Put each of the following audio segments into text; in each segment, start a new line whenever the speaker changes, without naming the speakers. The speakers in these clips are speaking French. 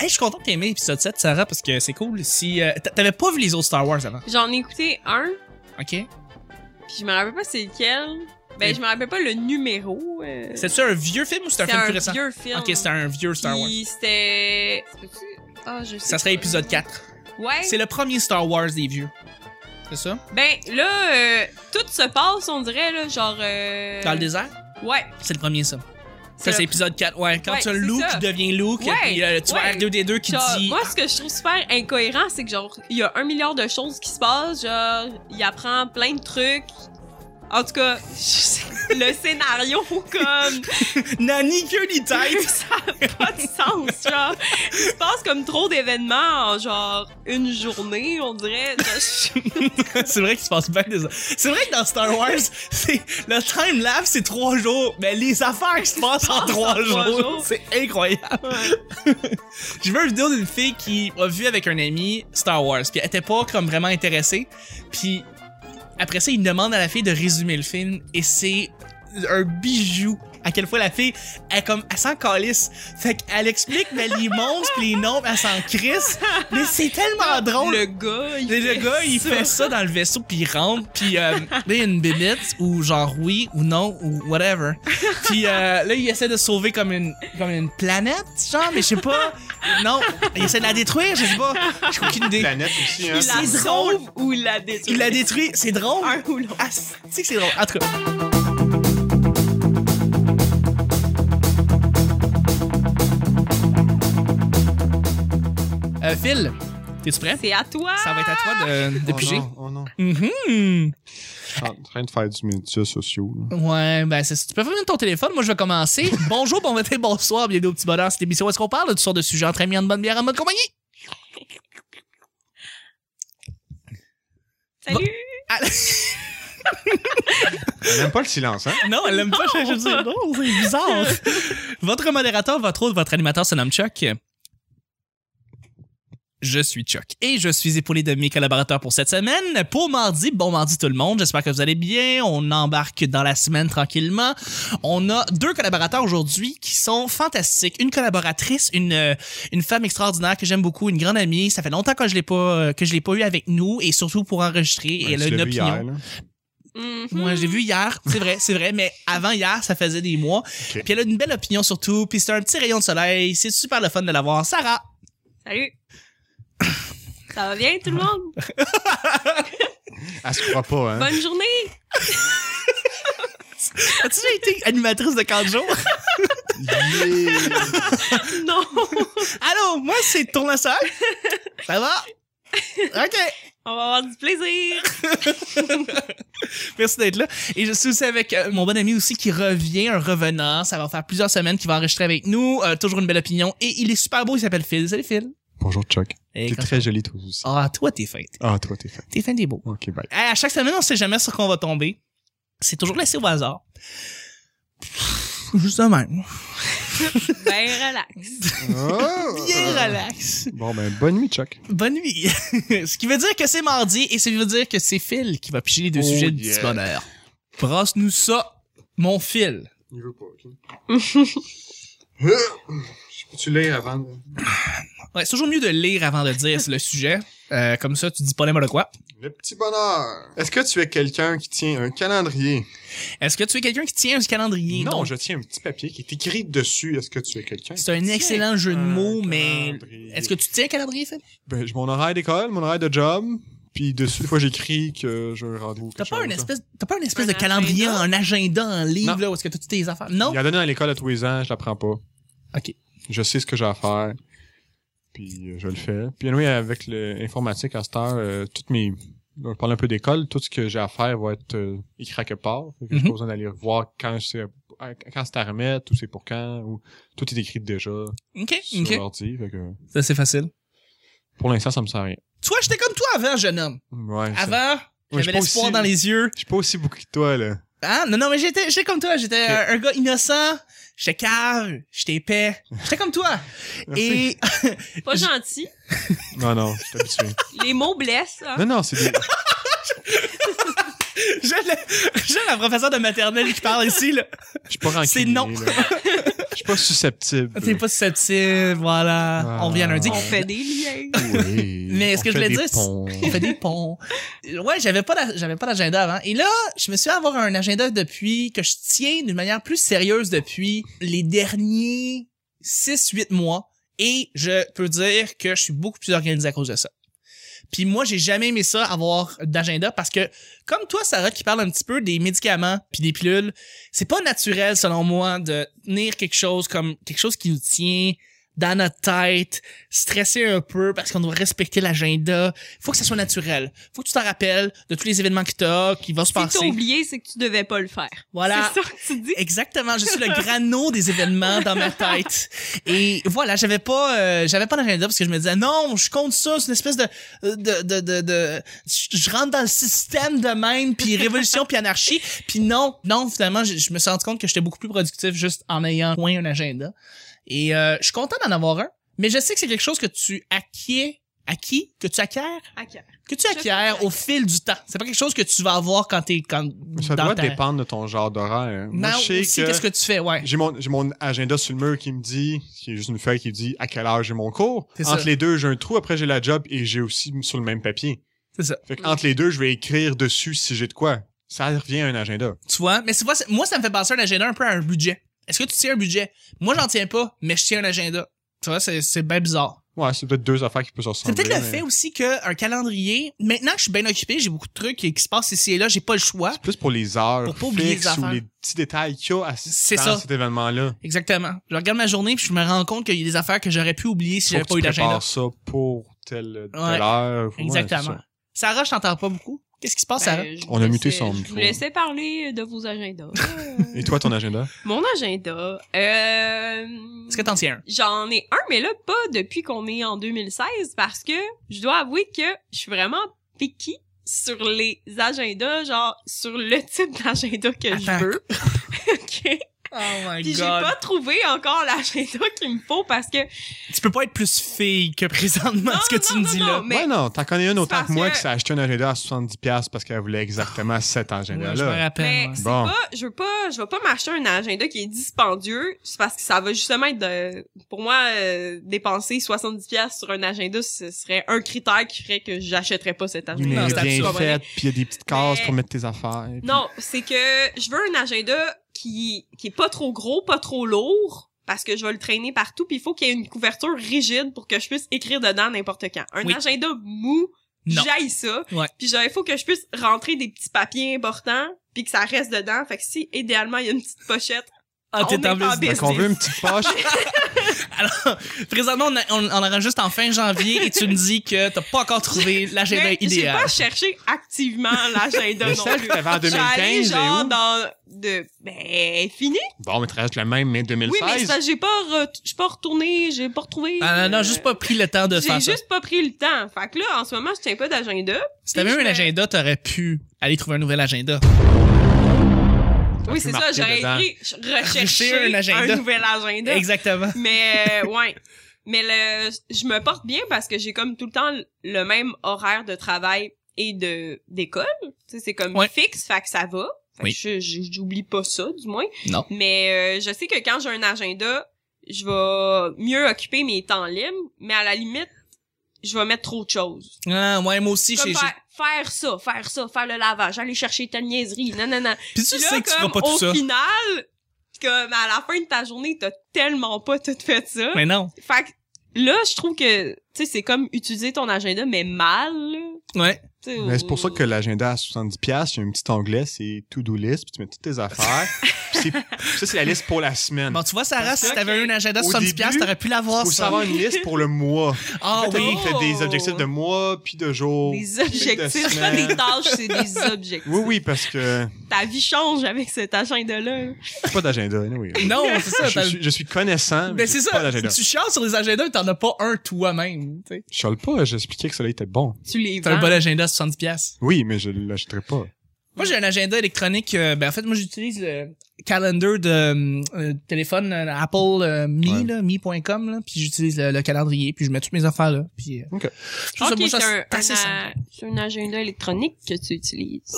Hey, je suis content que t'aies aimé l'épisode 7, Sarah, parce que c'est cool. Si euh, t'a- T'avais pas vu les autres Star Wars avant,
J'en ai écouté un,
ok?
puis je me rappelle pas c'est lequel. Ben,
Et-
je me rappelle pas le numéro. euh,
C'est-tu un vieux film ou c'est un
c'était
film plus récent?
vieux film.
Ok, c'est un vieux Star Wars.
Puis c'était. Ah, je sais
Ça serait
pas.
épisode 4.
Ouais.
C'est le premier Star Wars des vieux. C'est ça?
Ben, là, euh, tout se passe, on dirait, là, genre. euh,
Dans le désert?
Ouais.
C'est le premier, ça.
c'est
Ça,
le-
c'est épisode 4. Ouais, quand
Ouais,
tu as
c'est
Luke
ça.
qui devient Luke,
Ouais,
puis euh, tu as
ouais.
R2D2 qui
Genre,
dit.
Moi, ce que je trouve super incohérent, c'est que genre, il y a un milliard de choses qui se passent, genre, il apprend plein de trucs. En tout cas, je sais- le scénario, comme,
Nani, que ni tête!
ça n'a pas de sens, genre. Il se passe comme trop d'événements en genre une journée, on dirait. Je- je-
c'est vrai qu'il se passe bien des C'est vrai que dans Star Wars, c'est le time lapse c'est trois jours, mais les affaires qui se passent en trois
trois
jours,
jours.
c'est incroyable.
Ouais.
J'ai vu une vidéo d'une fille qui a vu avec un ami Star Wars, puis elle était pas comme vraiment intéressée, puis après ça, il demande à la fille de résumer le film et c'est un bijou. À quelle fois la fille, elle comme, elle s'en calisse. Fait qu'elle explique, mais les monstres pis les nombres, elle s'en crisse. Mais c'est tellement drôle.
Le gars, il
Le, le
fait
gars, il
ça.
fait ça dans le vaisseau, puis il rentre, puis euh, là, il y a une bébite, ou genre oui, ou non, ou whatever. Puis euh, là, il essaie de sauver comme une, comme une planète, genre, mais je sais pas. Non, il essaie de la détruire, je sais pas. J'ai aucune idée.
Planète aussi, hein.
Il la
C'est
sauve ou il la détruit.
Il la détruit, c'est drôle.
Un ou l'autre.
Ah, c'est que c'est drôle. En tout cas. Euh, Phil, t'es-tu prêt?
C'est à toi.
Ça va être à toi de, de
Oh
piger.
non, Oh non,
Mhm.
je suis en train de faire du média sociaux. là.
Ouais, ben c'est ça. Tu peux fermer ton téléphone, moi je vais commencer. Bonjour, bon matin, bonsoir, bienvenue au petit bonheur. C'est l'émission où est-ce qu'on parle de toutes sortes de sujets entre amis, en bonne bière, en bonne compagnie.
Salut.
Ah!
Elle n'aime pas le silence, hein?
Non, elle l'aime pas, je veux dire, non, c'est bizarre. votre modérateur, votre autre, votre animateur se nomme Chuck. Je suis Chuck et je suis épaulé de mes collaborateurs pour cette semaine. Pour mardi, bon mardi tout le monde, j'espère que vous allez bien. On embarque dans la semaine tranquillement. On a deux collaborateurs aujourd'hui qui sont fantastiques. Une collaboratrice, une euh, une femme extraordinaire que j'aime beaucoup, une grande amie. Ça fait longtemps que je l'ai pas euh, que je l'ai pas eu avec nous et surtout pour enregistrer. et
Ouais,
elle
tu
a une
l'as vu
opinion.
hier, là.
Mhm.
Moi, j'ai vu hier, c'est vrai, c'est vrai, mais avant hier, ça faisait des mois.
Ok.
Puis elle a une belle opinion surtout, puis c'est un petit rayon de soleil, c'est super le fun de la voir. Sarah!
Salut. Ça va bien, tout le monde?
Ah.
Elle se croit pas, hein?
Bonne journée!
As-tu déjà été animatrice de 4 jours?
Yeah!
Non!
Allô, moi, c'est Tournesol. Ça va? OK.
On va avoir du plaisir!
Merci d'être là. Et je suis aussi avec euh, mon bon ami aussi qui revient, un revenant. Ça va faire plusieurs semaines qu'il va enregistrer avec nous. Euh, toujours une belle opinion. Et il est super beau, il s'appelle Phil. Salut Phil.
Bonjour, Chuck.
Et
T'es
quand-
très joli, toi aussi.
Ah, toi, t'es fin. t'es-
Ah, toi, t'es fait.
T'es fin, t'es beau.
Ok, bye.
Hey, à chaque semaine, on sait jamais sur quoi on va tomber. C'est toujours laissé au hasard. Juste de même.
Ben, relax.
Oh!
Bien relax.
Bon, ben, bonne nuit, Chuck.
Bonne nuit. ce qui veut dire que c'est mardi et ce qui veut dire que c'est Phil qui va piger les deux
Oh
sujets du
yeah.
petit bonheur. Brasse-nous ça, mon Phil.
Il veut pas, ok? Peux-tu lire avant de...
Ouais, c'est toujours mieux de lire avant de dire le sujet. Euh, comme ça, tu dis pas n'importe quoi.
Le petit bonheur. Est-ce que tu es quelqu'un qui tient un calendrier?
Est-ce que tu es quelqu'un qui tient un calendrier?
non,
Donc,
je tiens un petit papier qui est écrit dessus. Est-ce que tu es quelqu'un?
C'est un
qui
excellent
tient
jeu de
un
mots, mais
calendrier?
est-ce que tu tiens un calendrier, Phil?
Ben, j'ai mon horaire d'école, mon horaire de job, puis dessus, des fois, j'écris que j'ai un rendez-vous.
T'as
quelque
pas
chose,
un
là.
espèce, t'as pas un espèce
Un
de calendrier,
agenda?
un agenda, un livre,
Non.
là, où est-ce que t'as toutes tes affaires? Non?
Il y en a donné à l'école à tous les ans, je l'apprends pas.
Ok.
Je sais ce que j'ai à faire, puis euh, je le fais. Puis oui, avec l'informatique à cette heure, euh, toutes mes... On parle un peu d'école, tout ce que j'ai à faire va être euh, écrit à quelque part. Fait que J'ai
Mhm.
pas besoin d'aller revoir quand c'est à- quand c'est à remettre, ou c'est pour quand, ou tout est écrit déjà
Ok,
sur
ok.
l'ordi. Fait que
Ça, c'est facile.
pour l'instant, ça me sert à rien.
Toi, j'étais comme toi avant, jeune homme.
Ouais, ça-
Avant, j'avais
Ouais, je suis pas
l'espoir
aussi-
dans les yeux.
Je suis pas aussi beaucoup que toi, là.
Hein? Non, non, mais j'étais, j'étais comme toi. J'étais
Ok.
un, un gars innocent. J'étais calme. J'étais épais. J'étais comme toi.
Merci.
Et
Pas gentil.
Non, non, je suis habitué.
Les mots blessent, hein?
Non, non, c'est des...
j'ai la, j'ai la professeure de maternelle qui parle ici, là.
Je suis pas rancunier.
C'est non.
là. Je suis pas susceptible.
T'es pas susceptible, voilà.
Ah.
on revient lundi.
On fait des liens.
Oui.
Mais ce
on
que je
fait
voulais
des
dire, c'est-
ponts.
On fait des ponts. Ouais, j'avais pas d'a- j'avais pas d'agenda avant. Et là, je me suis fait avoir un agenda depuis que je tiens d'une manière plus sérieuse depuis les derniers 6-8 mois. Et je peux dire que je suis beaucoup plus organisé à cause de ça. Puis moi, j'ai jamais aimé ça avoir d'agenda parce que, comme toi, Sarah, qui parle un petit peu des médicaments puis des pilules, c'est pas naturel, selon moi, de tenir quelque chose comme quelque chose qui nous tient dans notre tête, stresser un peu parce qu'on doit respecter l'agenda. Faut que ça soit naturel. Faut que tu t'en rappelles de tous les événements que t'as, qui va se
Si t'as
passer.
oublié, c'est que tu devais pas le faire.
Voilà.
C'est ça que tu dis.
Exactement, je suis le grano des événements dans ma tête. Et voilà, j'avais pas euh, j'avais pas d'agenda parce que je me disais non, je compte ça, c'est une espèce de de de de, de- je je rentre dans le système de même puis révolution puis anarchie. Puis non, non, finalement, je, je me suis rendu compte que j'étais beaucoup plus productif juste en ayant moins un agenda. Et euh, je suis content d'en avoir un, mais je sais que c'est quelque chose que tu acquiers acquis, que tu acquiers,
Ok.
que tu acquiers au fil du temps. C'est pas quelque chose que tu vas avoir quand t'es quand
Ça
dans
doit
ta-
dépendre de ton genre d'horaire. Moi,
Non,
je sais
aussi,
que-
qu'est-ce que tu fais, ouais.
J'ai mon, j'ai mon agenda sur le mur qui me dit, qui est juste une feuille qui dit à quelle heure j'ai mon cours.
C'est
Entre
ça.
les deux, j'ai un trou, après j'ai la job et j'ai aussi sur le même papier.
C'est ça.
Fait que entre les deux, je vais écrire dessus si j'ai de quoi. Ça revient à un agenda.
Tu vois, mais c'est pas- c'est- moi, ça me fait penser à un agenda un peu à un budget. Est-ce que tu tiens un budget? Moi, j'en tiens pas, mais je tiens un agenda. Tu vois, c'est, c'est bien bizarre.
Ouais, c'est peut-être deux affaires qui peuvent se ressembler.
C'est peut-être le
mais
fait aussi qu'un calendrier, maintenant que je suis bien occupé, j'ai beaucoup de trucs qui se passent ici et là, j'ai pas le choix.
Plus pour les heures
Pour pas oublier les
fixes ou
affaires.
les petits détails qu'il y a à ce-
C'est
dans
ça.
cet événement-là.
Exactement. Je regarde ma journée puis je me rends compte qu'il y a des affaires que j'aurais pu oublier si j'avais
Faut
pas
que
eu
tu
d'agenda.
prépares ça pour telle, telle
Ouais.
heure. Ouais, c'est
Exactement.
ça.
Sarah, je t'entends pas beaucoup. Qu'est-ce qui se passe, Sarah?
Ben, je
On
vous
a muté
laissais-
son
Je
micro.
vous laissais parler de vos agendas.
Et toi, ton agenda?
Mon agenda, euh...
Est-ce que t'en tiens un?
J'en ai un, mais là, pas depuis qu'on est en 2016, parce que je dois avouer que je suis vraiment picky sur les agendas, genre sur le type d'agenda que
Attends.
je veux. OK.
Oh my
Puis j'ai pas trouvé encore l'agenda qu'il me faut parce que.
Tu peux pas être plus fille que présentement
Non,
ce que tu
non,
me
non,
dis
non,
là.
mais-
ouais, non, t'en connais une autant
parce
que moi
que-
qui s'est acheté un agenda à 70$ parce qu'elle voulait exactement cet
Ah. Ouais, je
agenda-là.
me rappelle.
Mais
ouais.
c'est
Bon.
pas, je veux pas, je veux pas m'acheter un agenda qui est dispendieux. C'est parce que ça va justement être de, pour moi, euh, dépenser 70$ piastres sur un agenda, ce serait un critère qui ferait que j'achèterais pas cet
Il
agenda.
Non,
est
c'est
bien
absolument
fait, puis il y a des petites cases
Mais-
pour mettre tes affaires. puis-
Non, c'est que je veux un agenda qui qui est pas trop gros, pas trop lourd parce que je vais le traîner partout puis il faut qu'il y ait une couverture rigide pour que je puisse écrire dedans n'importe quand. Un
Oui.
agenda mou,
Non.
j'aille ça.
Ouais.
Puis genre, il faut que je puisse rentrer des petits papiers importants puis que ça reste dedans. Fait que si idéalement il y a une petite pochette,
Ah, t'es
on
en
est pas
business.
Fait qu'on veut une petite poche.
Alors, présentement, on, a- on, on enregistre en fin janvier et tu me dis que t'as pas encore trouvé l'agenda
mais j'ai
idéal.
pas cherché activement l'agenda
Le
non
celle
plus.
que t'avais en
J'ai allé
2015, elle est
genre
où?
dans de ben fini.
Bon, mais tu restes le même, mais
Oui, mais
2016.
ça j'ai pas re- j'ai pas retourné, j'ai pas retrouvé.
Ah non, non,
euh,
juste pas pris le temps de
J'ai
faire ça.
juste pas pris le temps. Fait que là, en ce moment, je tiens pas d'agenda.
Si t'avais eu un
je-
agenda, t'aurais pu aller trouver un nouvel agenda.
Oui, c'est ça,
marqué
j'aurais
dedans.
écrit je- rechercher
Rechercher un
un,
agenda.
nouvel agenda.
Exactement.
Mais euh, ouais. Mais le, je me porte bien parce que j'ai comme tout le temps le même horaire de travail et de d'école. Tu sais, c'est comme
Ouais.
fixe, fait que ça va. Fait
Oui.
que je- je- j'oublie pas ça, du moins.
Non.
Mais euh, je sais que quand j'ai un agenda, je vais mieux occuper mes temps libres, mais à la limite, je vais mettre trop de choses.
Ah, ouais, moi aussi,
Comme
j'ai.
faire, faire ça, faire ça, faire le lavage, aller chercher ta niaiserie, non, non, non.
j'ai- Puis tu
Puis là,
sais que tu feras
comme,
pas tout
au
ça.
final, comme à la fin de ta journée, t'as tellement pas tout fait ça.
Mais non.
Fait que là, je trouve que, tu sais, c'est comme utiliser ton agenda, mais mal. là.
Ouais.
Tu sais,
Mais Ben, c'est pour ça
au-
que l'agenda à 70$, il y a un petit onglet, c'est To-Do List, puis tu mets toutes tes affaires. puis c'est- puis ça, c'est la liste pour la semaine.
Bon, tu vois, Sarah,
Parce
si
que-
t'avais eu un agenda de
Au
70$,
début,
t'aurais pu l'avoir,
Faut aussi
ça.
avoir une liste pour le mois.
Ah
Fait que
oui.
t'as- t'as des objectifs de mois, puis de jours.
Des
de
objectifs, c'est pas
semaine.
des tâches, c'est des objectifs.
Oui, oui, parce que
Ta vie change avec cet agenda-là.
j'ai pas d'agenda. anyway.
Non, c'est ça.
je,
t'as-
suis, je suis connaissant, mais
Mais
j'ai
c'est
pas
ça.
d'agenda.
Tu chiales sur les agendas, mais t'en as pas un toi-même. tu sais.
Je chiale pas, j'expliquais que ça était bon.
Tu les
T'as un
vends.
bon agenda à 70$.
Oui, mais je l'achèterai pas.
Moi, j'ai un agenda électronique. euh, ben, en fait, moi, j'utilise le calendar de euh, euh, téléphone euh, Apple euh, Me,
Ouais.
là, me.com, là, puis j'utilise le, le calendrier, puis je mets toutes mes affaires là. Puis, euh,
Ok.
je trouve ça,
Ok,
moi, ça,
c'est un,
c'est assez
un, euh,
simple.
a- c'est un agenda électronique que tu utilises.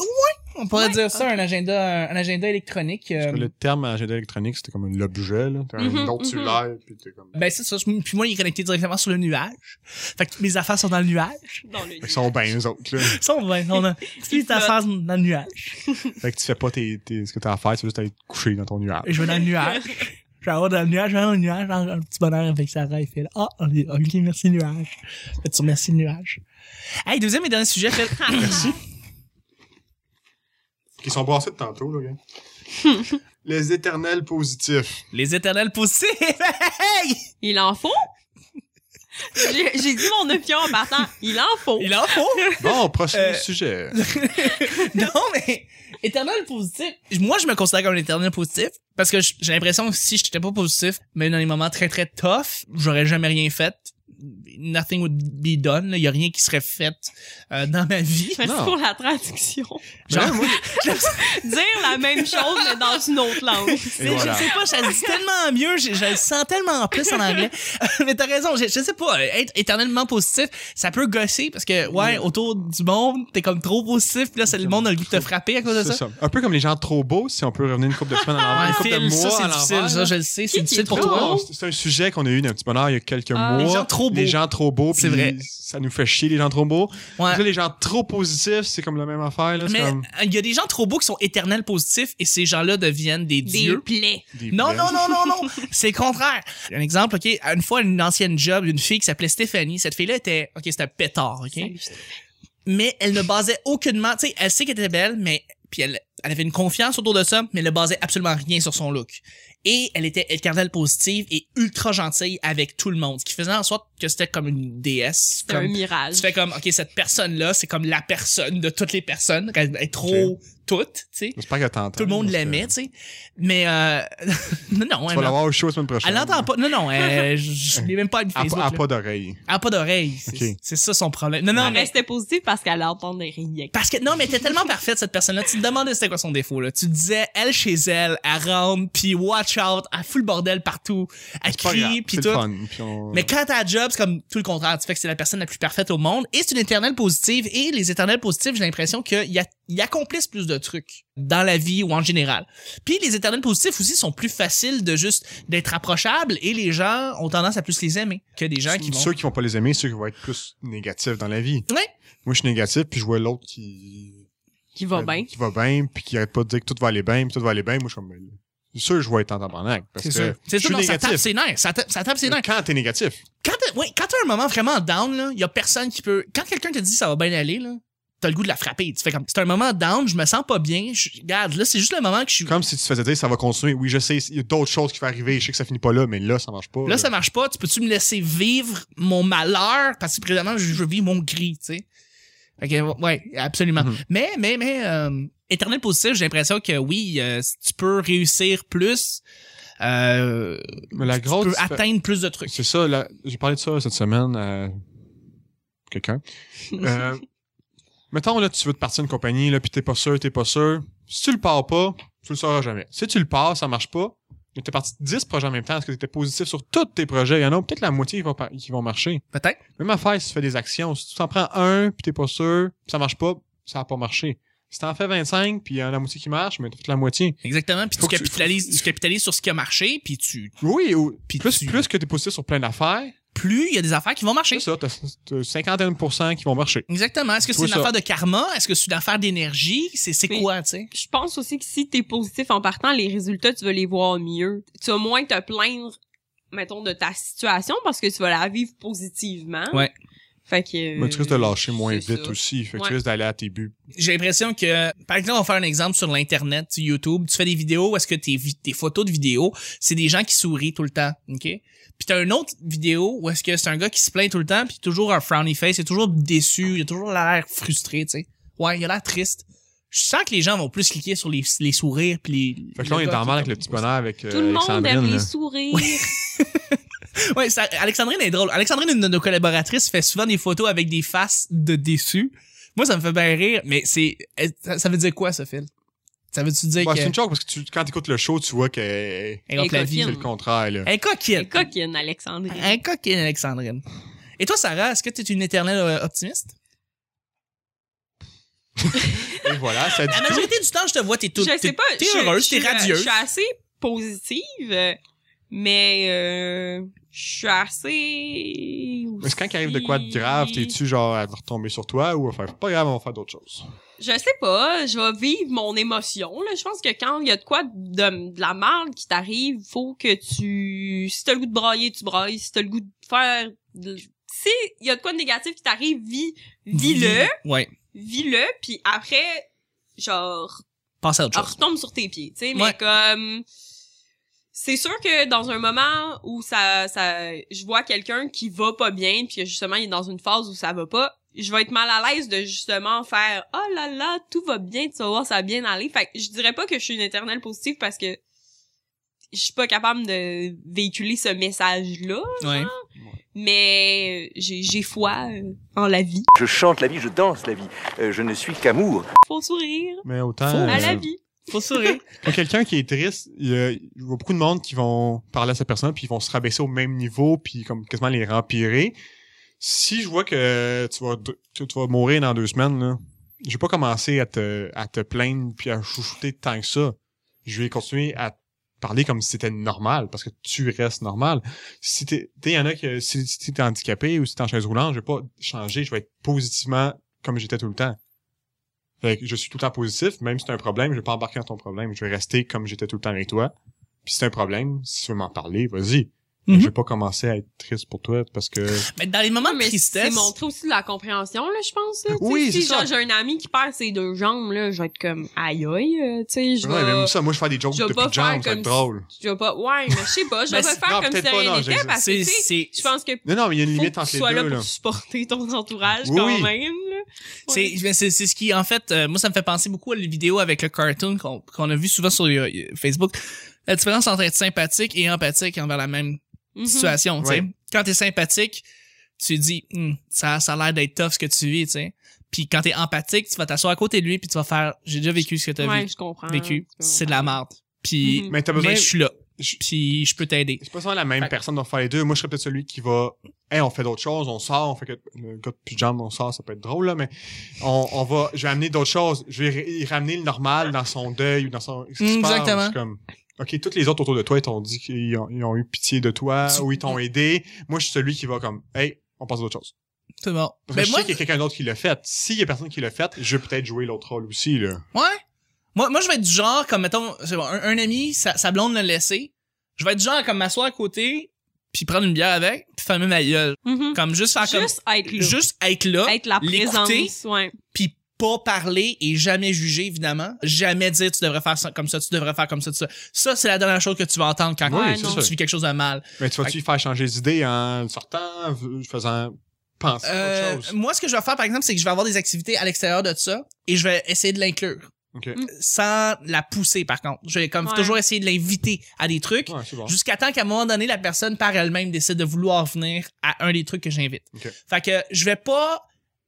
On pourrait
Ouais,
dire ça, un agenda, un agenda électronique. euh,
Parce que le terme agenda électronique, c'était comme l'objet, là. T'as
Mhm,
un autre
mhm.
cellulaire, puis t'es comme.
ben c'est ça. je- Puis moi, il est connecté directement sur le nuage. Fait que toutes mes affaires sont dans le nuage.
Dans le
Fait qu'ils sont bien, eux autres, là.
Ça, on, va- on a toutes
flotte.
tes affaires sont dans le nuage.
fait que tu fais pas tes, tes- ce que t'as à faire, tu veux juste aller te coucher dans ton nuage.
Et je vais dans le nuage. Je vais avoir dans le nuage, je vais dans le nuage, un, un petit bonheur avec Sarah et Phil. Ah, on est- ok, merci le nuage. Fait, tu remercies le nuage. Hey, deuxième et dernier sujet, Phil.
Merci.
Qui sont brassés de tantôt, là, gars. Les éternels positifs.
Les éternels poussés. Hey!
Il en faut? J'ai j'ai dit mon opinion en partant. Il en faut.
Il en faut.
Bon, prochain
Euh,
sujet.
non, mais éternel positif. Moi, je me considère comme l'éternel positif parce que j- j'ai l'impression que si j'étais pas positif, mais dans les moments très très tough, j'aurais jamais rien fait. Nothing would be done. là. Il y a rien qui serait fait euh, dans ma vie.
Merci
Non.
pour la traduction.
Genre,
Ben, moi,
Dire la même chose, mais dans une autre langue.
C'est-
voilà.
Je sais pas, je le dis tellement mieux, je, je le sens tellement plus en anglais. Mais t'as raison, je, je sais pas, euh, être éternellement positif, ça peut gosser parce que, ouais, autour du monde, t'es comme trop positif, puis là, c'est le monde a le goût de te frapper à cause de
Mm. c'est
ça.
ça. Un peu comme les gens trop beaux, si on peut revenir une couple de semaines en
Ouais,
arrière, une couple
Phil,
de mois
Ah, ça,
à
c'est
l'envers,
difficile, ça,
là.
je le sais, c'est
Qui
difficile
qui
pour
est
toi.
trop?
Non, c'est- C'est un sujet qu'on a eu d'un petit bonheur il y a quelques
Ah.
mois.
Les gens trop beaux.
Les gens trop beaux.
C'est
puis
vrai.
Ça nous fait chier, les gens trop beaux.
Ouais.
Puis là, les gens trop positifs, c'est comme la même affaire. Là. c'est
Mais euh,
comme
il y a des gens trop beaux qui sont éternels positifs et ces gens-là deviennent des,
Des
dieux.
plaies.
des
Non,
blends.
non, non, non, non. C'est le contraire. Un exemple, OK. Une fois, une ancienne job, une fille qui s'appelait Stéphanie. Cette fille-là était, OK, c'était un pétard, OK. mais elle ne basait aucunement, tu sais, elle sait qu'elle était belle, mais puis elle, elle avait une confiance autour de ça, mais elle ne basait absolument rien sur son look. Et elle était éternelle positive et ultra gentille avec tout le monde, ce qui faisait en sorte que c'était comme une déesse.
C'est un
comme-
mirage.
tu fais comme, ok, cette personne-là, c'est comme la personne de toutes les personnes, elle est trop toute, tu sais.
J'espère que t'entends.
Tout le monde
parce que
l'aimait, tu sais. Mais euh, non, non,
Tu
elle
vas
n'entend
l'avoir au show la semaine prochaine.
elle l'entend pas. Non, non, elle, je, je l'ai même pas à
Elle
Facebook. là.
a pas d'oreille.
Elle a pas d'oreille. C'est
Ok.
c'est ça son problème. Non, non,
Non,
mais
mais c'était positif parce qu'elle entendait rien.
parce que non, mais t'es tellement parfaite cette personne-là. Tu te demandais c'était quoi son défaut là. Tu te disais elle chez elle, elle rentre, puis watch out, elle fout le bordel partout, elle
C'est pas grave,
crie, puis
c'est
tout.
le fun. Puis on-
Mais quand t'as un job, c'est comme tout le contraire. Tu fais que c'est la personne la plus parfaite au monde et c'est une éternelle positive. Et les éternels positifs, j'ai l'impression qu'ils a- ils accomplissent plus de trucs dans la vie ou en général. Puis les éternels positifs aussi sont plus faciles de juste d'être approchables et les gens ont tendance à plus les aimer que des gens qui vont.
Ceux qui vont pas les aimer, ceux qui vont être plus négatifs dans la vie.
Ouais.
Moi, je suis négatif, puis je vois l'autre qui...
Qui va bien.
Euh, Qui va bien, puis qui arrête pas de dire que tout va aller bien, puis tout va aller bien. Moi, je suis comme... C'est sûr que je vais être en tabarnak. parce
C'est
que
sûr. C'est
je
sûr,
suis
non, ça tape
négatif.
ses nerfs. Ça tape, ça tape ses nerfs.
Quand t'es négatif.
quand t'as, ouais, quand t'as un moment vraiment down, là, y a personne qui peut. Quand quelqu'un te dit ça va bien aller, là, t'as le goût de la frapper. Tu fais comme, c'est un moment down, je me sens pas bien. je- regarde, là, c'est juste le moment que je suis.
Comme si tu te faisais dire ça va continuer. Oui, je sais, il y a d'autres choses qui vont arriver. Je sais que ça finit pas là, mais là, ça marche pas.
Là, ça marche pas. Tu peux-tu me laisser vivre mon malheur parce que présentement, je veux vivre mon gris, tu sais. Fait que, ouais, absolument.
Mhm.
Mais, mais, mais, euh, éternel positif, j'ai l'impression que oui, euh, si tu peux réussir plus, euh,
Mais la
tu
grosse
peux
diffé-
atteindre plus de trucs.
Euh, C'est ça, la- j'ai parlé de ça cette semaine à quelqu'un. Euh, mettons, là, tu veux te partir une compagnie, là, puis t'es pas sûr, t'es pas sûr. Si tu le pars pas, tu le sauras jamais. Si tu le pars, ça marche pas. Mais t'es parti de 10 projets en même temps. Est-ce que t'étais positif sur tous tes projets? Il y en a peut-être la moitié qui vont, par- qui vont marcher.
Peut-être.
Même affaire si tu fais des actions. Si tu t'en prends un, puis t'es pas sûr, puis ça marche pas, ça a pas marché. Si t'en fais 25, puis il y en a la moitié qui marche, mais t'as toute la moitié.
Exactement. Puis tu
Faut que tu-
capitalises, tu capitalises sur ce qui a marché, puis tu,
Oui, ou
Puis
plus,
tu-
plus que t'es positif sur plein d'affaires,
plus il y a des affaires qui vont marcher.
c'est ça, t'as t'as 51% qui vont marcher.
Exactement. Est-ce que c'est
Toi,
une
ça.
affaire de karma? Est-ce que c'est une affaire d'énergie? C'est c'est
Mais-
quoi, tu sais?
Je pense aussi que si t'es positif en partant, les résultats, tu vas les voir mieux. Tu vas moins te plaindre, mettons, de ta situation parce que tu vas la vivre positivement.
Ouais.
Fait que. euh,
Mais tu risques de lâcher moins
c'est
vite
ça.
aussi. Fait que tu
Ouais.
risques d'aller à tes buts.
J'ai l'impression que, par exemple, on va faire un exemple sur l'Internet, sur YouTube. Tu fais des vidéos où est-ce que tes, vi- tes photos de vidéos, c'est des gens qui sourient tout le temps, OK? Puis t'as une autre vidéo où est-ce que c'est un gars qui se plaint tout le temps, puis toujours un frowny face, il est toujours déçu, il a toujours l'air frustré, tu sais. Ouais, il a l'air triste. Je sens que les gens vont plus cliquer sur les, les sourires puis les.
Fait que là, on est
gars
dans
qui
mal avec le
comme-
petit bonheur avec euh,
Tout le monde aime les
Alexandrine.
sourires.
Ouais, ça- Alexandrine est drôle. Alexandrine, une de nos collaboratrices, fait souvent des photos avec des faces de déçus. Moi, ça me fait bien rire, mais c'est, elle- ça, ça veut dire quoi, ce film? Ça veut-tu dire
Bah,
Ouais,
que.
c'est une joke parce que tu, quand t'écoutes le show, tu vois que euh,
Elle gonfle la
Elle
vie.
c'est le contraire, là.
Elle est
C'est
coquine.
coquine, Alexandrie.
Elle est coquine, Alexandrine. Et toi, Sarah, est-ce que tu es une éternelle euh, optimiste?
Et voilà, ça
Ah,
dit
La
tout.
majorité du temps, je te vois, t'es tout.
je sais pas.
T'es
je-
heureuse,
je
t'es
suis, euh, Je
radieuse.
suis assez positive, euh, mais euh, je suis assez.
Mais c'est quand il arrive de quoi de grave,
aussi-
t'es-tu genre à retomber sur toi ou à faire pas grave, on va faire d'autres choses?
Je sais pas, je vais vivre mon émotion. Là. Je pense que quand il y a de quoi de, de la merde qui t'arrive, faut que tu... Si t'as le goût de brailler, tu brailles. Si t'as le goût de faire... de- Si il y a de quoi de négatif qui t'arrive, vis, vis-le,
Ouais.
vis-le, puis après, genre,
Passe à autre chose.
retombe sur tes pieds, tu sais,
Ouais.
mais comme... C'est sûr que dans un moment où ça, ça, je vois quelqu'un qui va pas bien, puis que justement il est dans une phase où ça va pas, je vais être mal à l'aise de justement faire oh là là tout va bien, tu vas voir ça va bien aller. Fait que je dirais pas que je suis une éternelle positive parce que je suis pas capable de véhiculer ce message là,
Ouais.
mais j'ai j'ai foi euh, en la vie.
Je chante la vie, je danse la vie. Euh, je ne suis qu'amour.
Faut sourire
Mais autant.
Faut-
à
euh,
la vie.
Faut sourire.
Pour quelqu'un qui est triste, il y a, je vois beaucoup de monde qui vont parler à cette personne puis ils vont se rabaisser au même niveau puis comme quasiment les rempirer. Si je vois que tu vas, tu, tu vas mourir dans deux semaines, là, j'ai pas commencé à te, à te plaindre puis à chouchouter tant que ça. Je vais continuer à te parler comme si c'était normal parce que tu restes normal. Si t'es, t'es- y en a que si, si t'es handicapé ou si t'es en chaise roulante, je vais pas changer, je vais être positivement comme j'étais tout le temps. Fait que je suis tout le temps positif, même si c'est un problème, je vais pas embarquer dans ton problème. Je vais rester comme j'étais tout le temps avec toi. Puis si c'est un problème, si tu veux m'en parler, vas-y. Mais
Mhm.
Je vais pas commencer à être triste pour toi parce que.
Mais dans les moments
Ouais,
de
mais
tristesse.
C'est montrer aussi de la compréhension, là, je pense. là. Tu sais,
Oui,
si
c'est ça.
genre, j'ai un ami qui perd ses deux jambes, là, je vais être comme aïe aïe, euh, tu sais, je
Ouais, même
vais.
ça, moi je fais des jokes
je vais
de
pas
plus de jambes,
faire
ça va être
comme
drôle.
Je vais pas. Ouais, mais je sais pas, je vais
Ben,
pas
c'est-
faire
non,
comme si
peut-être
de
pas,
rien
non,
n'était
j'exagère.
parce que, tu sais,
c'est.
je pense que.
Non, non, mais il y a une
Faut que
limite
tu
entre
sois
les
là
deux,
pour
là.
supporter ton entourage
Oui,
quand
oui.
même. là.
C'est
Ouais.
mais c'est c'est ce qui en fait euh, moi ça me fait penser beaucoup à les vidéos avec le cartoon qu'on qu'on a vu souvent sur euh, Facebook la différence entre être sympathique et empathique envers la même
Mhm.
situation tu sais
Ouais.
quand t'es sympathique tu dis Hum, ça ça a l'air d'être tough ce que tu vis tu sais puis quand t'es empathique tu vas t'asseoir à côté de lui puis tu vas faire j'ai déjà vécu ce que t'as
Ouais,
vu-
je comprends.
vécu
Tu peux
c'est de la merde puis
Mhm.
Mm-hmm. Mais t'as besoin.
mais je suis là
je-
puis je peux t'aider
C'est pas souvent la même
Fait-
personne dont faire les deux. Moi, je serais peut-être celui qui va. Hey, on fait d'autres choses, on sort, on fait que le gars de plus de jambes, on sort, ça peut être drôle, là, mais on, on va. Je vais amener d'autres choses. Je vais r- ramener le normal dans son deuil ou dans son. ce qui se
Mm,
passe.
exactement.
C'est Comme, OK, toutes les autres autour de toi, ils t'ont dit qu'ils ont, ils ont eu pitié de toi
Tu-
ou ils t'ont aidé. Moi, je suis celui qui va comme, hey, on passe à d'autres choses.
tout bon mais
Parce que je
Ben moi
sais qu'il y a quelqu'un d'autre qui l'a fait. S'il y a personne qui l'a fait, je vais peut-être jouer l'autre rôle aussi, là.
Ouais. Moi, moi, je vais être du genre, comme, mettons, c'est bon, un, un ami, sa, sa blonde l'a laissé. Je vais être du genre, comme, m'asseoir à côté, puis prendre une bière avec, puis fermer ma gueule.
Mhm.
Comme, juste faire
Juste être
comme...
là.
Juste être là,
Être la
l'écouter.
présence. Ouais.
puis pas parler et jamais juger, évidemment. Jamais dire, tu devrais faire ça comme ça, tu devrais faire comme ça, tout ça. Ça, c'est la dernière chose que tu vas entendre quand
Ouais,
tu-
non.
tu vis quelque chose de mal.
Mais tu vas-tu lui faire changer d'idée en le sortant, v- faisant penser à
Euh,
autre chose?
moi, ce que je vais faire, par exemple, c'est que je vais avoir des activités à l'extérieur de ça, et je vais essayer de l'inclure.
OK.
Sans la pousser, par contre. Je vais, comme,
Mm. Ouais.
toujours essayer de l'inviter à des trucs.
Ouais, c'est bon.
Jusqu'à temps qu'à un moment donné, la personne par elle-même décide de vouloir venir à un des trucs que j'invite.
Ok.
Fait que je vais pas,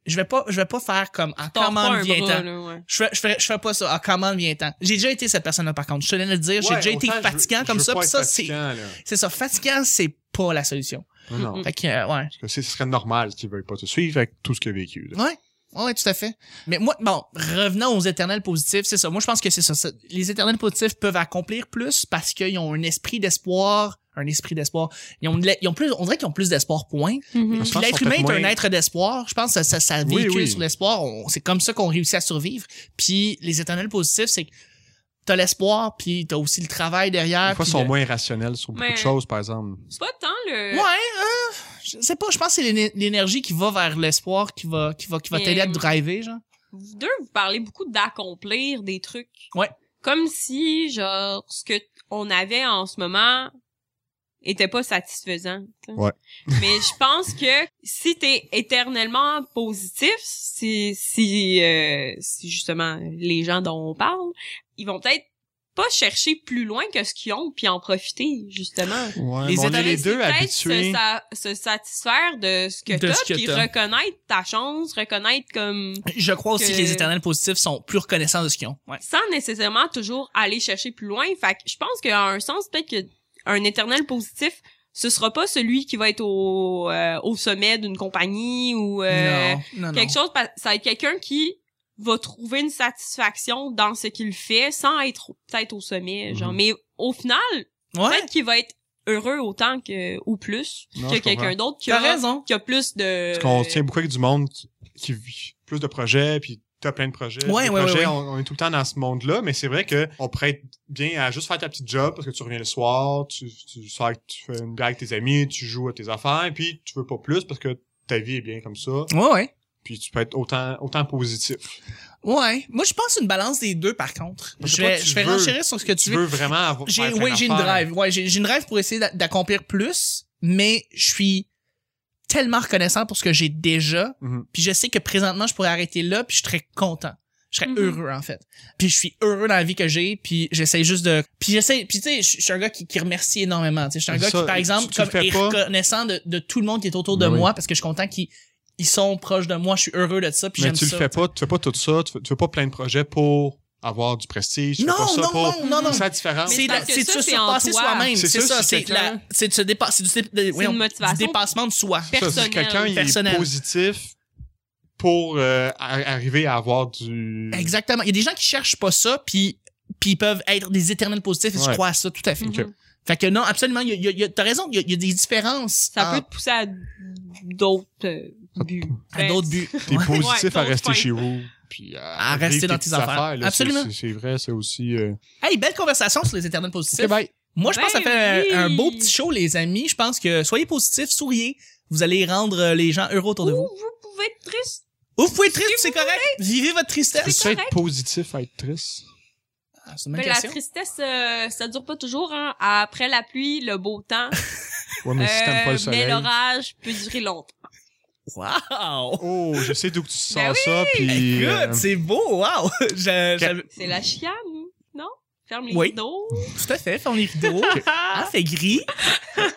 je vais pas, je vais pas faire comme ah,
Tords pas
comment
un
vient
bras,
temps.
là, ouais.
Je fais, je fais, je fais pas ça. Ah, comment vient-temps? J'ai déjà été cette personne-là, par contre. Je te l'ai le dire. J'ai
Ouais,
déjà été
autant, je-
fatigant
je
comme
veux
ça.
pas
Puis
être
ça, c'est,
fatigant, là.
c'est ça. Fatigant, c'est pas la solution.
Non, non.
Mm-mm.
Fait que, euh, ouais.
Parce que c'est- ce serait normal qu'il veuille pas te suivre avec tout ce qu'il a vécu. là.
Ouais. Ouais, tout à fait. Mais moi, bon, revenons aux éternels positifs, c'est ça. Moi, je pense que c'est ça. Ça- Les éternels positifs peuvent accomplir plus parce qu'ils ont un esprit d'espoir, un esprit d'espoir. Ils ont, de la- ils ont plus, on dirait qu'ils ont plus d'espoir, point.
Mhm.
Parce que
Puis
je pense
l'être
qu'ils
humain
sont
est
peut-être
un
moins-
être d'espoir. Je pense que ça, ça
Oui,
véhicule
oui.
sur l'espoir. On- C'est comme ça qu'on réussit à survivre. Puis les éternels positifs, c'est que t'as l'espoir, puis t'as aussi le travail derrière.
Des fois, ils
puis
sont
le-
moins rationnels sur beaucoup
Mais-
de choses, par exemple.
C'est pas tant le.
Ouais, hein, je sais pas. Je pense que c'est l'éne- l'énergie qui va vers l'espoir, qui va, qui va, qui va
Mais-
t'aider à te driver, genre.
vous deux, vous parlez beaucoup d'accomplir des trucs.
Ouais.
Comme si, genre, ce que t- on avait en ce moment était pas satisfaisant. t'sais.
Ouais.
Mais je pense que si t'es éternellement positif, si, si, euh, si justement les gens dont on parle, ils vont peut-être pas chercher plus loin que ce qu'ils ont puis en profiter justement.
Ouais,
Les
mais on est
États-Unis,
les
C'est
deux
peut-être
habitués.
Se, sa- se satisfaire de ce que
De
t'as
ce que
puis
t'as.
reconnaître ta chance, reconnaître comme
Je crois aussi que...
Que-
les éternels positifs sont plus reconnaissants de ce qu'ils ont. Ouais.
sans nécessairement toujours aller chercher plus loin. Fait que je pense qu'à un sens, peut-être que un éternel positif, ce sera pas celui qui va être au, euh, au sommet d'une compagnie ou euh,
non, non, non.
quelque chose. pa- Ça va être quelqu'un qui va trouver une satisfaction dans ce qu'il fait sans être peut-être au sommet. Genre.
Mhm.
Mais au final,
Ouais,
peut-être qu'il va être heureux autant que ou plus
Non,
que
je comprends.
quelqu'un d'autre qui
t'as
a,
raison.
qui a plus de...
Parce
euh,
qu'on tient beaucoup avec du monde qui, qui vit plus de projets, puis t'as plein de projets.
Ouais,
des
ouais,
projets,
ouais, ouais.
On, on est tout le temps dans ce monde-là, mais c'est vrai que on prête bien à juste faire ta petite job parce que tu reviens le soir, tu, tu sors, avec- tu fais une blague avec tes amis, tu joues à tes affaires, puis tu veux pas plus parce que ta vie est bien comme ça,
Ouais, ouais.
puis tu peux être autant, autant positif.
Ouais. Moi, je pense une balance des deux, par contre.
Parce
Je
que toi,
vais,
tu
je vais
veux-
renchérir sur ce que tu
Tu veux
veux.
vraiment avoir.
J'ai,
faire plein
ouais, j'ai une
d'affaires.
drive. Ouais, j'ai, j'ai une drive pour essayer d'a- d'accomplir plus, mais je suis tellement reconnaissant pour ce que j'ai déjà.
Mhm.
Puis je sais que présentement, je pourrais arrêter là, puis je serais content. Je serais
Mhm.
heureux, en fait. Puis je suis heureux dans la vie que j'ai, puis j'essaie juste de... Puis j'essaie... Puis tu sais, je je suis un gars qui, qui remercie énormément. tu sais. Je suis un
Mais
gars
ça,
qui, par
tu-
exemple,
tu le
comme,
fais
est
pas.
reconnaissant de, de tout le monde qui est autour de
Ben oui.
moi, parce que je suis content qu'ils ils sont proches de moi, je suis heureux de ça, puis
Mais
j'aime
tu le
ça.
fais pas, tu fais pas tout ça, tu fais, tu fais pas plein de projets pour avoir du prestige, tu
Non,
fais pas ça
non,
pour
non, non, non.
faire différence.
C'est
Mais
la-
parce que
c'est de
ça,
se
c'est
surpasser
en toi.
soi-même.
C'est
C'est
ça,
ça,
si
c'est
quelqu'un-
la- c'est de se dépasser, c'est du, dé- de- voyons, du
motivation
dépassement de soi.
Ça, si
personnel.
quelqu'un il est
Personnel.
positif pour euh, ar- arriver à avoir du.
Exactement. Il y a des gens qui cherchent pas ça, puis puis ils peuvent être des éternels positifs, et je
Ouais.
crois à ça, tout à fait.
Mhm.
Ok.
Fait que non, absolument, il y a- il y a- il y a- t'as raison, il y a- il y, a des différences
Ça
en-
peut te pousser à d'autres euh, buts. Ben,
à d'autres buts.
T'es
Ouais.
positif
Ouais,
à
d'autres
rester
fins.
chez vous. Puis à,
À rester
vivre
dans
petites
tes affaires.
là. C'est-
Absolument.
c'est- C'est vrai, c'est aussi. euh,
Hey, belle conversation sur les éternels positifs.
Ok, bye.
Moi, je pense que ça
Ben
fait un- un,
oui.
beau petit show, les amis. Je pense que soyez positifs, souriez. Vous allez rendre euh, les gens heureux autour de vous.
Ou vous pouvez être triste.
Ou vous pouvez être triste, c'est correct. Vivez votre tristesse.
Peux-tu être positif à être triste?
Ah, c'est une bonne
Mais la
question.
tristesse, euh, ça dure pas toujours. Hein. Après la pluie, le beau temps,
Ouais, mais si t'aimes pas le
euh, mais
soleil.
l'orage peut durer longtemps.
Wow!
Oh, je sais d'où que tu sors
Ben
ça, puis. euh,
Good, c'est beau, wow! Je- j'avais-
C'est la chienne, non? Ferme les
Oui.
rideaux.
Tout à fait, ferme les rideaux. Ah, fait gris.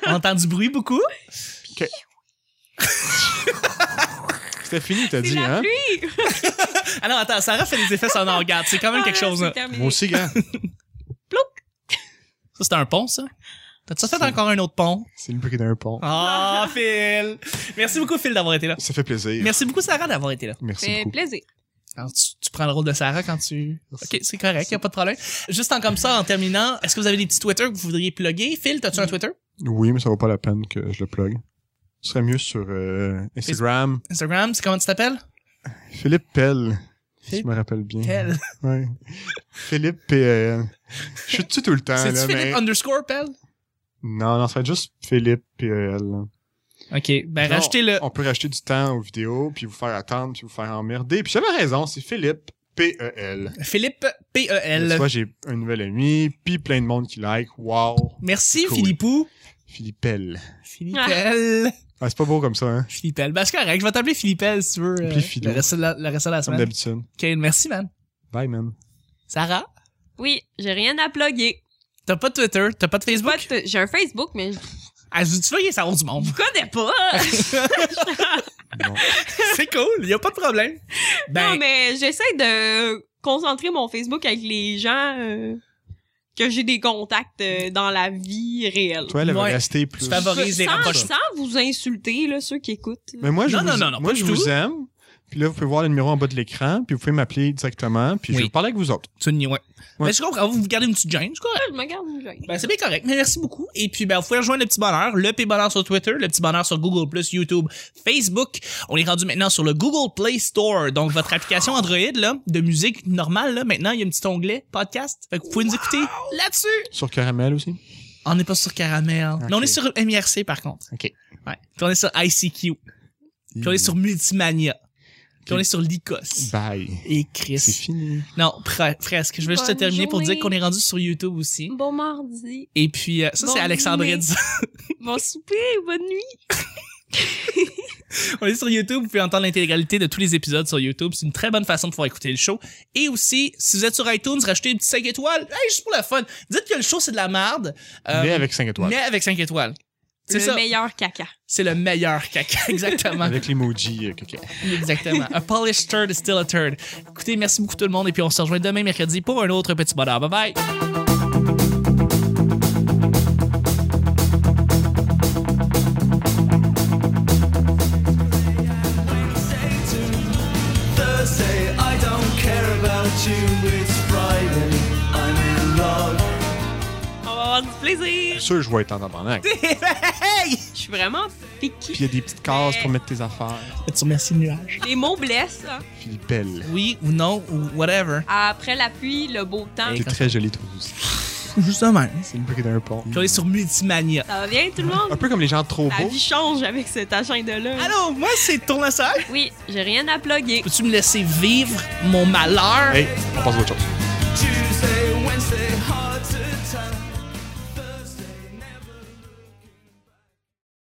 On entend du bruit beaucoup.
C'était fini, t'as
C'est
dit,
la
hein?
pluie.
Alors, attends, Sarah fait des effets sonores. Regarde, c'est quand même quelque
Ah,
chose.
c'est
hein.
terminé.
Moi aussi, gars.
Ça, c'était un pont, ça? T'as-tu fait
C'est-
encore un autre pont?
C'est le bruit d'un pont.
Ah, Phil! Merci beaucoup, Phil, d'avoir été là.
Ça fait plaisir.
Merci beaucoup, Sarah, d'avoir été là.
Merci
Fait
beaucoup.
plaisir.
Alors, tu, tu prends le rôle de Sarah quand tu...
Merci.
OK, c'est correct, y a pas de problème. Juste en comme ça, en terminant, est-ce que vous avez des petits Twitter que vous voudriez plugger? Phil, t'as-tu un Twitter?
Oui, mais ça vaut pas la peine que je le plug. Ce serait mieux sur euh, Instagram.
Instagram, c'est comment tu t'appelles?
Philippe Pell. Si
Philippe
je me rappelle bien.
Pell.
Ouais. Philippe PEL. Je suis dessus tout le temps, là,
C'est-tu Philippe
mais...
underscore Pell?
Non, non, ça va être juste Philippe PEL.
OK, ben
Non,
rajoutez-le.
On peut racheter du temps aux vidéos, puis vous faire attendre, puis vous faire emmerder. Puis j'avais raison, c'est Philippe E PEL.
Philippe E
Tu
P-E-L.
vois, j'ai un nouvel ami, puis plein de monde qui like. Wow.
Merci,
Cool.
Philippou.
Philippel.
Philippel.
Ah, c'est pas beau comme ça, hein?
Philippel. Ben, c'est correct. Je vais t'appeler Philippel si tu veux. euh,
Puis Philo.
le reste de la, le reste de la
Comme
semaine.
d'habitude.
Ok, merci, man.
Bye, man.
Sarah,
Oui, j'ai rien à plugger.
t'as pas de Twitter, t'as pas de Facebook.
Pas de- J'ai un Facebook, mais je
Ah, je- tu veux, il y a savoir du monde.
vous connais pas.
Bon.
c'est cool, y a pas de problème. Ben,
Non, mais j'essaie de concentrer mon Facebook avec les gens euh, que j'ai des contacts euh, dans la vie réelle.
Toi, elle va
Ouais.
rester plus...
Tu favorises. les
sans,
rapprochements.
sans vous insulter, là, ceux qui écoutent. là.
Mais moi, je,
Non,
vous,
non, non, non,
moi,
pas
je
du
vous
tout.
aime. Puis là, vous pouvez voir le numéro en bas de l'écran, puis vous pouvez m'appeler directement, puis je
Oui.
vais parler avec vous autres.
tu n'y- ouais.
Ouais.
Ben, je comprends, vous vous gardez une petite gêne, c'est correct.
Je me garde une joie.
Ben, c'est bien correct. Mais merci beaucoup. Et puis, ben, vous pouvez rejoindre le petit bonheur, le petit bonheur sur Twitter, le petit bonheur sur Google YouTube, Facebook. On est rendu maintenant sur le Google Play Store. Donc, votre application Android, là, de musique normale, là, maintenant, il y a un petit onglet podcast. Fait que vous pouvez nous écouter là-dessus.
Sur Caramel aussi.
On n'est pas sur Caramel.
Ok.
Mais on est sur MIRC, par contre.
OK.
Ouais. Puis on est sur ICQ. Puis on est sur Multimania. Puis on est sur Lycos.
Bye.
Et
C'est
Chris.
fini.
Non, pre- presque. Je vais juste te
Bonne
terminer pour dire
journée.
qu'on est rendu sur YouTube aussi.
Bon mardi,
Et puis, euh, ça, c'est
Bonne
Alexandre
journée. bon souper, bonne nuit.
On est sur YouTube, vous pouvez entendre l'intégralité de tous les épisodes sur YouTube. C'est une très bonne façon de pouvoir écouter le show. Et aussi, si vous êtes sur iTunes, rachetez une petite 5 étoiles. Hey, juste pour le fun. Dites que le show, c'est de la merde. Euh,
mais avec 5 étoiles.
mais avec 5 étoiles. C'est
le
ça.
meilleur caca.
C'est le meilleur caca. Exactement.
Avec l'emoji euh, caca.
Exactement. A polished turd is still a turd. Écoutez, merci beaucoup tout le monde. Et puis, on se rejoint demain mercredi pour un autre petit bonheur. Bye bye.
Thursday, I don't care about you. It's Friday, I'm in love.
On va avoir du plaisir.
sûr, je vais être en tabarnak. Puis
Je suis vraiment
il y
piquée.
a des petites cases pour mettre tes affaires.
Tu remercies le nuage.
Les mots blessent. hein.
Puis belle.
Oui ou non ou whatever.
Après la pluie, le beau temps.
T'es très jolie toi aussi.
Juste de même.
C'est le prix d'un pont.
Puis on est sur Multimania.
Ça va bien, tout le monde?
Un peu comme les gens trop
La
beaux.
vie change avec cet agenda-là.
Allô, moi, c'est Tournesol.
Oui, j'ai rien à plugger.
Peux-tu me laisser vivre mon malheur?
Hey, on passe à autre chose.
Tuesday, Wednesday,